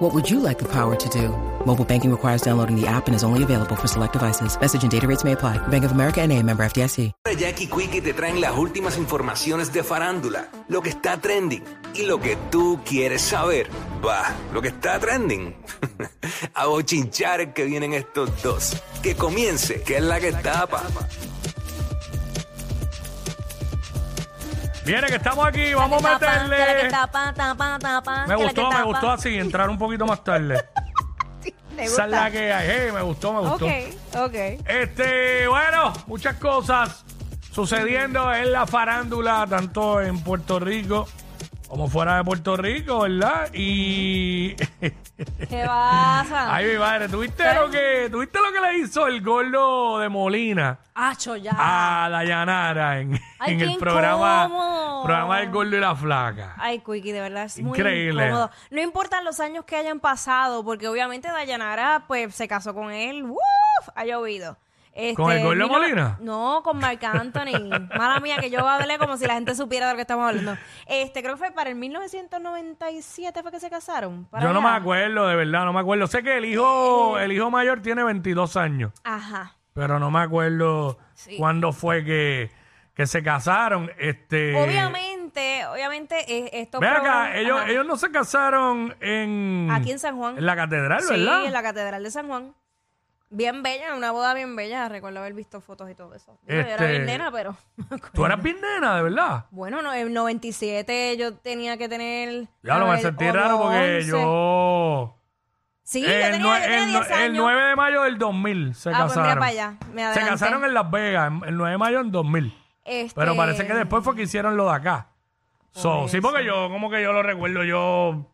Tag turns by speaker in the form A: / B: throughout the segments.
A: What would you like the power to do? Mobile banking requires downloading the app and is only available for select devices. Message and data rates may apply. Bank of America and a member FDIC.
B: Jackie Quickie te traen las últimas informaciones de farándula, lo que está trending y lo que tú quieres saber. Va, lo que está trending. A bochinchar que vienen estos dos. Que comience, que es la que tapa.
C: Viene que estamos aquí, vamos a
D: Tapa, que la que
C: meterle.
D: tapa, tapa, tapa,
C: Me
D: que la
C: gustó,
D: que
C: me
D: tapa.
C: gustó así, entrar un poquito más tarde.
D: Me
C: Esa
D: gusta.
C: es la que hay. Hey, me gustó, me gustó.
D: Ok, ok.
C: Este, bueno, muchas cosas sucediendo en la farándula, tanto en Puerto Rico como fuera de Puerto Rico, ¿verdad? Y.
D: ¿Qué pasa?
C: Ay, mi madre, ¿tuviste lo que, ¿tuviste lo que le hizo el gordo de Molina?
D: Acho, ya.
C: A Dayanara en,
D: Ah. Ay,
C: en
D: qué
C: el programa,
D: incómodo.
C: programa del gordo y la flaca.
D: Ay, Quickie, de verdad es muy
C: Increíble.
D: incómodo. No importan los años que hayan pasado, porque obviamente Dayanara, pues, se casó con él. ¡Woo! Ha llovido. Este,
C: ¿Con el Gordo
D: vino-
C: Molina?
D: No, con Marc Anthony. Mala mía, que yo hablé como si la gente supiera de lo que estamos hablando. Este, creo que fue para el 1997 fue que se casaron. para
C: Yo no me
D: allá.
C: acuerdo, de verdad, no me acuerdo. Sé que el hijo, el hijo mayor tiene 22 años,
D: Ajá.
C: pero no me acuerdo
D: Sí.
C: cuándo fue que, que se casaron. Este,
D: Obviamente, obviamente, eh, estos
C: Ven
D: programas-
C: acá, ellos,
D: Ajá.
C: ellos no se casaron en...
D: Aquí en San Juan.
C: En la catedral,
D: Sí,
C: ¿verdad?
D: en la Catedral de San Juan. Bien bella, una boda bien bella. Recuerdo haber visto fotos y todo eso. Digo, Yo era
C: Este-
D: bien nena, pero.
C: Tú eras bien nena, de verdad.
D: bueno, no, en 97 yo tenía que tener.
C: Ya lo me
D: nueve-
C: sentí
D: o
C: raro porque
D: 11.
C: yo...
D: Sí, yo
C: el,
D: tenía,
C: nue-
D: yo tenía
C: el
D: 10
C: nue- el
D: años.
C: 9 de mayo del 2000 se
D: ah, pues
C: casaron.
D: mira para allá. Me
C: se
D: adelanté.
C: casaron en Las Vegas, en- el 9 de mayo del 2000.
D: Este-
C: Pero parece que después fue que hicieron lo de acá. So, sí, porque yo, como que yo lo recuerdo yo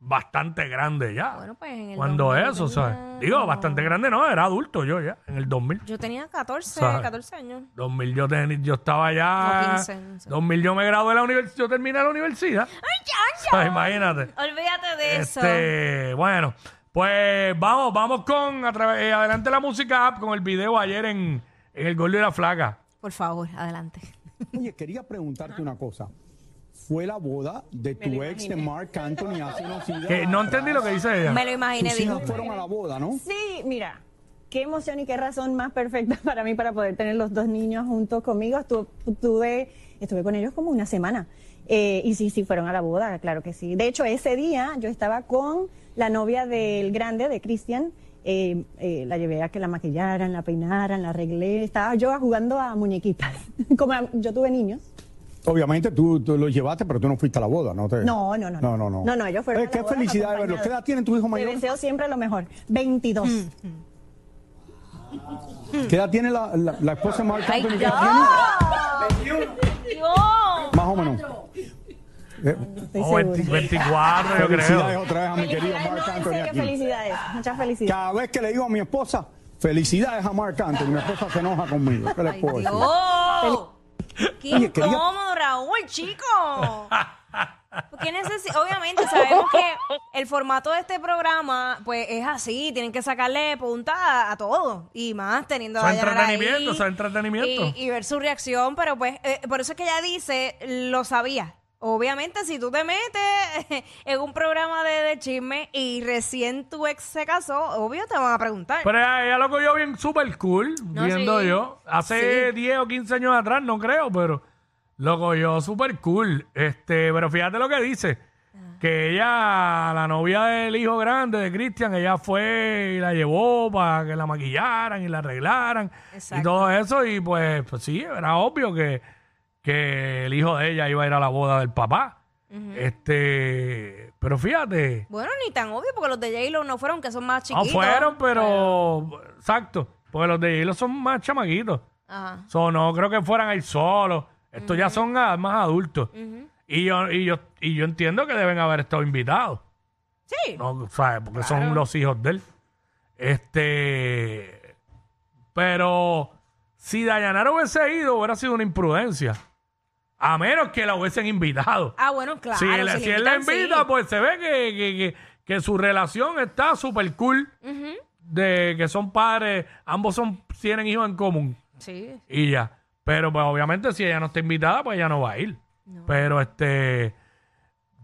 C: bastante grande ya.
D: Bueno, pues en el.
C: Cuando
D: 2000
C: eso,
D: yo
C: ¿sabes?
D: tenía-
C: Digo, bastante grande no, era adulto yo ya, en el 2000.
D: Yo tenía 14,
C: ¿Sabes?
D: 14 años.
C: 2000 yo, teni- yo estaba ya...
D: No, 15, no sé.
C: 2000 yo me gradué de la universidad, yo terminé la universidad.
D: ¡Ay, ya, ya!
C: ¿Sabes? Imagínate.
D: Olvídate de eso.
C: Este, bueno, pues vamos, vamos con a través- eh, adelante la música app con el video ayer en, en el Gordo y la Flaca.
D: Por favor, adelante.
E: Oye, quería preguntarte una cosa. Fue la boda de tu ex de Mark Anthony hace unos días.
C: Que no entendí lo que dice ella.
D: Me lo imaginé,
E: Tus
D: dijo.
E: hijas fueron a la boda, ¿no?
F: Sí, mira, qué emoción y qué razón más perfecta para mí para poder tener los dos niños juntos conmigo. Estuve, estuve, estuve con ellos como una semana. Eh, y sí, sí, fueron a la boda, claro que sí. De hecho, ese día yo estaba con la novia del grande, de Cristian. Eh, eh, la llevé a que la maquillaran, la peinaran, la arreglé. Estaba yo jugando a muñequitas. Como a- yo tuve niños.
E: Obviamente tú, tú lo llevaste, pero tú no fuiste a la boda, ¿no? Te...
F: No, no, no.
E: No, no, no.
F: No, no, ellos fueron.
E: Oye,
F: a la
E: qué
F: boda
E: felicidad de verlo.
F: acompañados.
E: ¿Qué edad tiene tu hijo
F: Te
E: mayor?
F: deseo siempre lo mejor. 22.
E: ¿Qué edad tiene la, la, la esposa de Mark
D: Ay,
E: Anthony? ¿Qué
D: Dios.
E: edad tiene?
D: Dios.
E: Más o menos. Eh,
F: Estoy
C: Oh, 20
F: segura.
C: 24, yo
E: felicidades
C: creo.
E: otra vez a mi querido
F: Felicidades,
E: Mark
F: no, en
E: Anthony
F: serio,
E: aquí.
F: felicidades. Muchas felicidades.
E: Cada vez que le digo a mi esposa, felicidades a Mark Anthony, mi esposa se enoja conmigo. ¿Qué les puedo decir?
D: ¡Dios! Oh, ¡Qué
E: Oye, quería-
D: incómodo, Raúl, chico! Porque necesi- Obviamente sabemos que el formato de este programa pues es así, tienen que sacarle punta a, a todo y más teniendo a
C: Eso es
D: Dayanara ahí.
C: entretenimiento, eso es entretenimiento.
D: Y, y ver su reacción, pero pues eh, por eso es que ella dice, lo sabía. Obviamente si tú te metes en un programa de, de chisme y recién tu ex se casó, obvio te van a preguntar.
C: Pero ella, ella lo cogió bien super cool,
D: No,
C: viendo
D: sí.
C: yo. Hace 10 o 15 años atrás, no creo, pero lo cogió super cool. Este, pero fíjate lo que dice. Que ella, la novia del hijo grande de Cristian, ella fue y la llevó para que la maquillaran y la arreglaran y
D: Exacto.
C: todo eso. Y pues, pues sí, era obvio que, que el hijo de ella iba a ir a la boda del papá. Este, pero fíjate,
D: Bueno, ni tan obvio, porque los de J-Lo no fueron, que son más
C: No
D: chiquitos.
C: fueron, pero. Exacto. Porque los de Hilo son más chamaquitos.
D: Ajá.
C: So, no creo que fueran ahí solos. Estos ya son a- más adultos. y, yo, y, yo, y yo entiendo que deben haber estado invitados.
D: Sí.
C: No, ¿sabes? Porque son los hijos de él. Este. Pero. Si Dayanara hubiese ido, hubiera sido una imprudencia. A menos que la hubiesen invitado.
D: Ah, bueno, claro.
C: si, él-
D: le
C: si él la
D: invitan, sí.
C: invita, pues se ve que, que- que- que su relación está súper cool. De que son padres, ambos son, tienen hijos en común.
D: Sí.
C: Y ya. Pero pues obviamente si ella no está invitada, pues ella no va a ir. Pero este...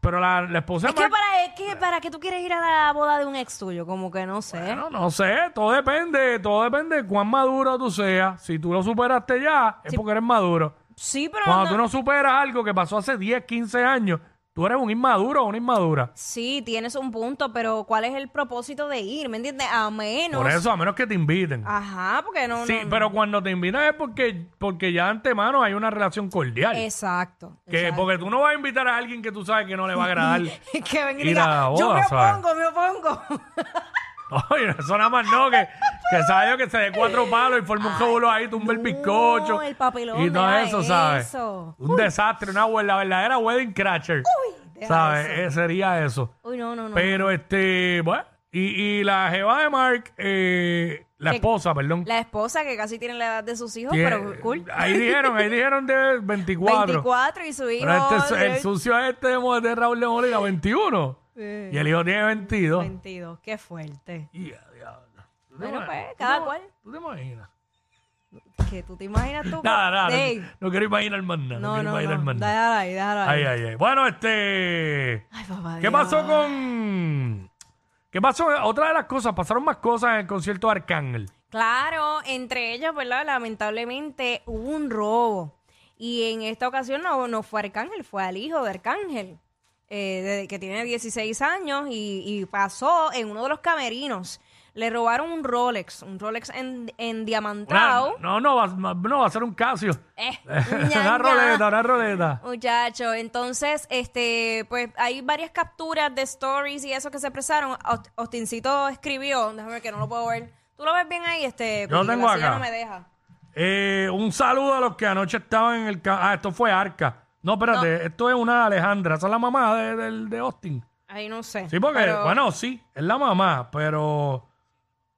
C: Pero la, la esposa...
D: Es
C: de
D: que
C: Mark-
D: para, es que para qué tú quieres ir a la boda de un ex tuyo, como que no sé.
C: Bueno, no sé, todo depende, todo depende de cuán maduro tú seas. Si tú lo superaste ya, es porque eres maduro.
D: sí, pero
C: Cuando
D: no-
C: tú no superas algo que pasó hace 10, 15 años, tú eres un inmaduro o una inmadura.
D: Sí, tienes un punto, pero ¿cuál es el propósito de ir? ¿Me entiendes? A menos.
C: Por eso, a menos que te inviten.
D: Ajá, porque no.
C: sí,
D: no-
C: pero cuando te invitan es porque, porque ya de antemano hay una relación cordial.
D: Exacto.
C: que
D: exacto.
C: Porque tú no vas a invitar a alguien que tú sabes que no le va a agradar.
D: que venga y
C: ir a la
D: diga, yo
C: boda,
D: me
C: ¿sabes?
D: opongo, me opongo.
C: Oye, eso nada más no, que, que sabes yo que se dé cuatro palos y forme un cobulo ahí, tumbe el
D: no,
C: bizcocho.
D: el papelón,
C: Y todo
D: deja
C: eso, ¿sabes?
D: eso.
C: Un desastre, una hue- la verdadera wedding crasher.
D: deja
C: ¿Sabes? Eh, sería eso.
D: Uy, no, no, no.
C: Pero este, bueno, y, y la jeva de Mark, eh, la
D: Que-
C: esposa, perdón.
D: La esposa que casi tiene la edad de sus hijos,
C: que-
D: pero cool.
C: Ahí dijeron, ahí dijeron de 24.
D: 24 y su hijo.
C: Pero este,
D: de-
C: el sucio este de de Raúl de Molina, 21. Y el hijo tiene 22.
D: 22, qué fuerte.
C: Y, diablo. ¿Tú te
D: Bueno,
C: imaginas?
D: pues,
C: ¿Tú
D: cada
C: te-
D: cual.
C: ¿Tú te imaginas?
D: Que tú te imaginas tú.
C: Nada, nada. no-
D: Ey,
C: No, quiero imaginar más nada. No,
D: No,
C: quiero
D: no,
C: imaginar
D: no.
C: más nada.
D: Déjala ahí, déjala
C: Ay,
D: ahí.
C: ay, ay. Bueno, este.
D: Ay, papá
C: ¿Qué
D: Dios.
C: pasó con.? ¿Qué pasó? Otra de las cosas, pasaron más cosas en el concierto de Arcángel.
D: Claro, entre ellos, ¿verdad? Lamentablemente hubo un robo. Y en esta ocasión no, no fue Arcángel, fue al hijo de Arcángel, eh, de- que tiene 16 años y, y pasó en uno de los camerinos. Le robaron un Rolex, un Rolex en, en
C: Una-
D: diamantado.
C: no, no va, no, va a ser un Casio.
D: Eh,
C: una
D: ñaña.
C: roleta, una roleta.
D: Muchacho, entonces, este, pues hay varias capturas de stories y eso que se expresaron. Aust- Austincito escribió, déjame ver que no lo puedo ver. ¿Tú lo ves bien ahí? Este,
C: Yo lo
D: Porque
C: tengo
D: la silla
C: acá.
D: no me deja.
C: Eh, un saludo a los que anoche estaban en el. ca- Ah, esto fue Arca. No, espérate, esto es una Alejandra. Esa es la mamá de, del- de Austin.
D: Ahí no sé.
C: Sí, porque,
D: Pero-
C: bueno, sí, es la mamá, pero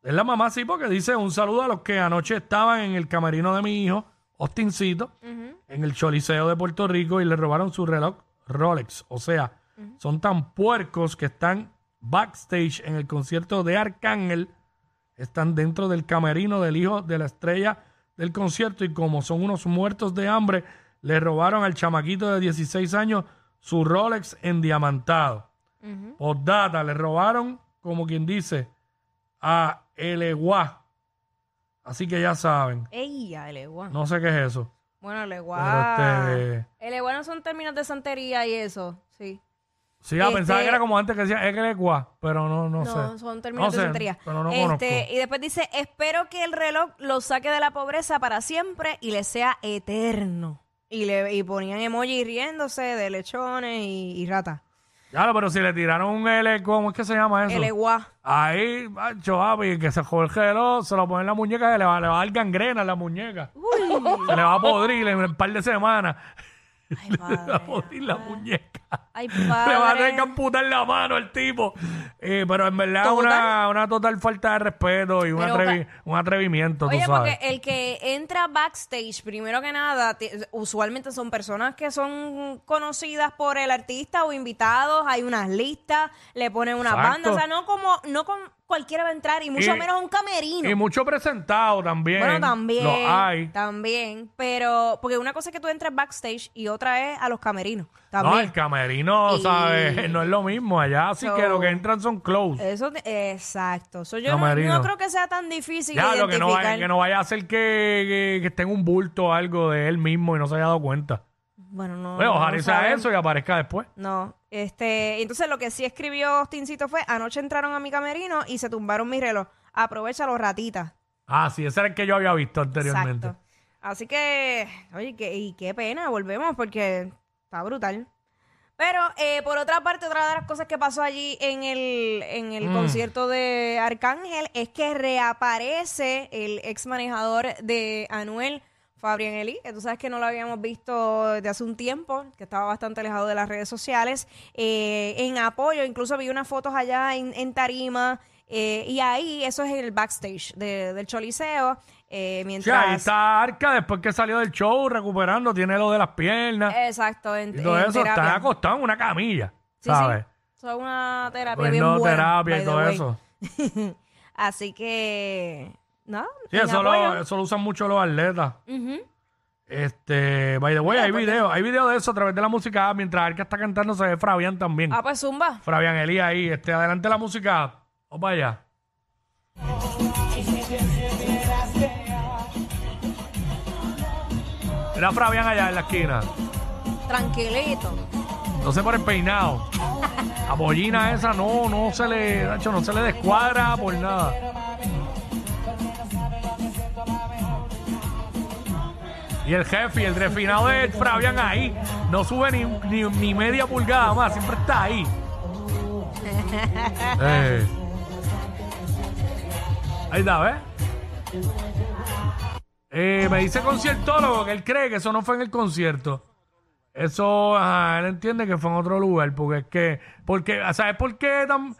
C: es la mamá, sí, porque dice un saludo a los que anoche estaban en el camerino de mi hijo, Ostincito, en el Choliseo de Puerto Rico y le robaron su reloj Rolex. O sea, son tan puercos que están backstage en el concierto de Arcángel, están dentro del camerino del hijo de la estrella del concierto y como son unos muertos de hambre, le robaron al chamaquito de 16 años su Rolex endiamantado. Postdata, le robaron, como quien dice, a Eleguá. Así que ya saben.
D: Ey, a Eleguá.
C: No sé qué es eso.
D: Bueno,
C: Pero
D: Eleguá.
C: este-
D: Eleguá no son términos de santería y eso, sí.
C: Sí, ah,
D: Este-
C: pensaba que era como antes que decía Eleguá, pero no, no, sé.
D: No, son términos
C: No sé,
D: de santería.
C: Pero no
D: este,
C: conozco.
D: Y después dice, espero que el reloj lo saque de la pobreza para siempre y le sea eterno. Y, le, y ponían emoji riéndose de lechones y, y ratas.
C: Claro, pero si le tiraron un L, ¿cómo es que se llama eso?
D: Eleguá.
C: Ahí, macho, papi, que se jorge el reloj, se lo pone en la muñeca, se le va, le va a dar gangrena en la muñeca. Se le va a podrir en un par de semanas.
D: Ay,
C: Le va a
D: padre.
C: podrir la muñeca.
D: Ay,
C: Le va a tener
D: padre.
C: que amputar la mano al tipo. Eh, pero en verdad
D: Total.
C: una, una total falta de respeto y un,
D: Pero,
C: atrevi- un atrevimiento,
D: Oye,
C: tú sabes.
D: porque el que entra backstage, primero que nada, ti- usualmente son personas que son conocidas por el artista o invitados, hay unas listas, le ponen una
C: Exacto.
D: banda, o sea, no como no con cualquiera va a entrar y mucho
C: Y-
D: menos a un camerino.
C: Y mucho presentado también.
D: bueno, también,
C: Lo hay.
D: también, pero porque una cosa es que tú entras backstage y otra es a los camerinos,
C: No,
D: también.
C: el camerino,
D: Y-
C: ¿sabes? No es lo mismo allá, así
D: So- eh,
C: que lo que entran son close.
D: Eso, te- exacto. So, yo no,
C: Camerino.
D: no creo que sea tan difícil
C: Ya, lo que
D: identificar.
C: no, vaya, que no vaya a ser que, que, que esté en un bulto o algo de él mismo y no se haya dado cuenta.
D: Bueno, no.
C: Bueno,
D: no
C: ojalá sea
D: saben.
C: eso y aparezca después.
D: No, este, entonces lo que sí escribió Ostincito fue, anoche entraron a mi camerino y se tumbaron mi reloj. Aprovechalo, ratita.
C: Ah, sí, ese era el que yo había visto anteriormente.
D: Exacto. Así que, oye, que, y qué pena, volvemos porque está brutal. Pero eh, por otra parte, otra de las cosas que pasó allí en el, en el concierto de Arcángel es que reaparece el ex manejador de Anuel, Fabián Eli, que tú sabes que no lo habíamos visto desde hace un tiempo, que estaba bastante alejado de las redes sociales, eh, en apoyo, incluso vi unas fotos allá en, en Tarima. eh, y ahí, eso es el backstage de- del Choliseo.
C: Sí,
D: eh,
C: ahí
D: mientras...
C: está Arca después que salió del show recuperando, tiene lo de las piernas
D: Exacto, en,
C: y todo
D: Eh, en
C: eso. Está
D: terapia.
C: acostado en una camilla,
D: Sí,
C: ¿sabes?
D: sí. Eso es una terapia bien
C: Bueno,
D: buena,
C: Pues terapia
D: by
C: y
D: the
C: todo
D: way.
C: eso.
D: Así que, ¿no?
C: Sí,
D: en
C: eso lo,
D: apoyo.
C: eso lo usan mucho los atletas.
D: Ujú.
C: Este, by the way, hay video, hay video de eso a través de la música. Mientras Arca está cantando, se ve Fabián también.
D: Ah, pues zumba.
C: Fabián Elías ahí, este, adelante la música. Vamos para allá. Era Fabián allá en la esquina.
D: Tranquilito.
C: No sé por el peinado. La bollina esa no, no se le, Nacho, no se le descuadra por nada. Y el jefe, y el refinado de Fabián ahí, no sube ni, ni, ni media pulgada más, siempre está ahí. Eh. Ahí está, ¿ves? Eh, me dice conciertólogo que él cree que eso no fue en el concierto. Eso, ajá, él entiende que fue en otro lugar, porque es que, porque, ah, ¿sabes por qué? tan-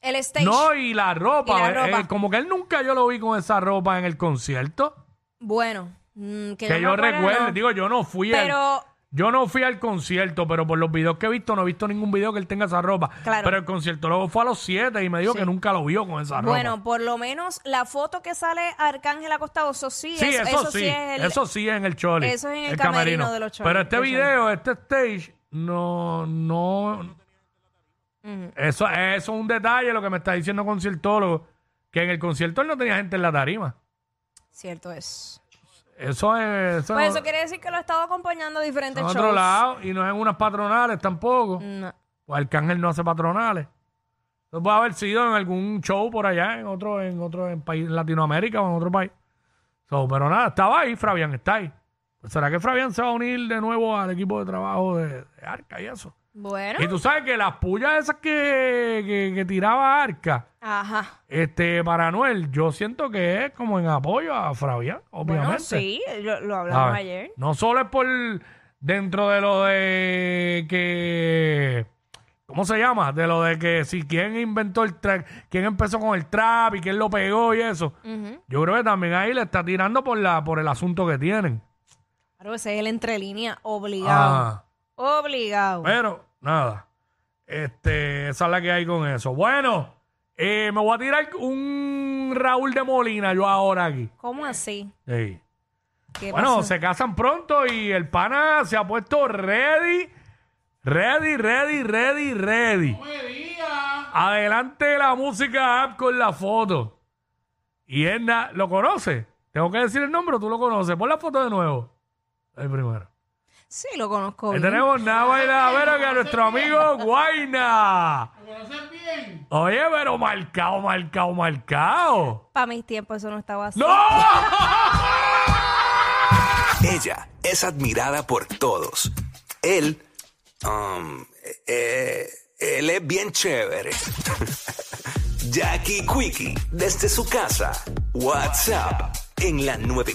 D: El stage.
C: No, y la ropa,
D: Y la
C: eh,
D: ropa.
C: eh, como que él nunca yo lo vi con esa ropa en el concierto,
D: Bueno, mm, que,
C: que
D: me
C: yo
D: acuerde,
C: recuerdo,
D: no.
C: digo, yo no fui al,
D: Pero
C: yo no fui al concierto, pero por los videos que he visto, no he visto ningún video que él tenga esa ropa,
D: Claro.
C: pero el concierto luego fue a los 7 y me dijo que nunca lo vio con esa ropa.
D: Bueno, por lo menos la foto que sale Arcángel acostado, eso sí,
C: Sí,
D: es-
C: eso, sí,
D: es el-
C: eso sí es en el Choli.
D: Eso es en el camerino de los Choli,
C: Pero este
D: del Choli.
C: video, este stage, no, no.
D: Ujú.
C: Eso, eso es un detalle lo que me está diciendo el conciertólogo, que en el concierto él no tenía gente en la tarima.
D: Cierto es.
C: Eso es. Eso
D: Pues
C: no-
D: eso quiere decir que lo he estado acompañando a diferentes
C: en
D: shows. Mm,
C: otro lado y no es en unas patronales tampoco.
D: No.
C: Pues Arcángel no hace patronales. Eso puede haber sido en algún show por allá, en otro, en otro en país en Latinoamérica o en otro país. So, pero nada, estaba ahí, Fabián está ahí. Pues, ¿Será que Fabián se va a unir de nuevo al equipo de trabajo de, de Arca y eso?
D: Bueno,
C: Y tú sabes que las pullas esas que, que- que tiraba Arca
D: ajá.
C: este, para Anuel, yo siento que es como en apoyo a Fabián, obviamente.
D: Bueno, sí, lo, lo
C: A
D: hablamos
C: ver,
D: ayer.
C: Ah, No solo es por dentro de lo de que ¿cómo se llama? De lo de que si quién inventó el trap, quién empezó con el trap y quién lo pegó y eso. Yo creo que también ahí le está tirando por la por el asunto que tienen.
D: Claro, ese es el entre línea obligado.
C: Ah, Pues,
D: Obligado.
C: pero nada. Este, esa es la que hay con eso. Bueno, eh, me voy a tirar un Raúl de Molina yo ahora aquí.
D: ¿Cómo así?
C: Sí.
D: ¿Qué
C: Bueno,
D: pasó?
C: se casan pronto y el pana se ha puesto ready, ready, ready, ready, ready. Adelante la música app con la foto. Y él na- lo conoce. Tengo que decir el nombre, o tú lo conoces. Pon la foto de nuevo. El primero.
D: Sí, lo conozco.
C: Ahí
D: bien.
C: tenemos nada más y nada menos que a nuestro amigo Guaina. Oye, pero marcado, marcado, marcado.
D: Para mis tiempos eso no estaba así.
C: ¡No!
B: Ella es admirada por todos. Él, um, eh, él es bien chévere. Jackie Quickie, desde su casa. WhatsApp en la 9.